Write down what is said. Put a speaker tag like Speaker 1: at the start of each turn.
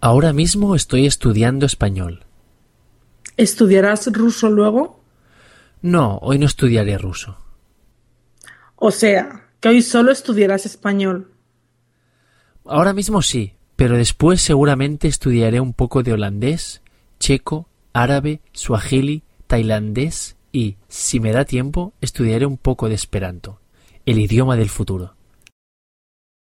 Speaker 1: Ahora mismo estoy estudiando español.
Speaker 2: ¿Estudiarás ruso luego?
Speaker 1: No, hoy no estudiaré ruso.
Speaker 2: O sea, que hoy solo estudiarás español.
Speaker 1: Ahora mismo sí, pero después seguramente estudiaré un poco de holandés, checo, árabe, suajili, tailandés y, si me da tiempo, estudiaré un poco de esperanto, el idioma del futuro.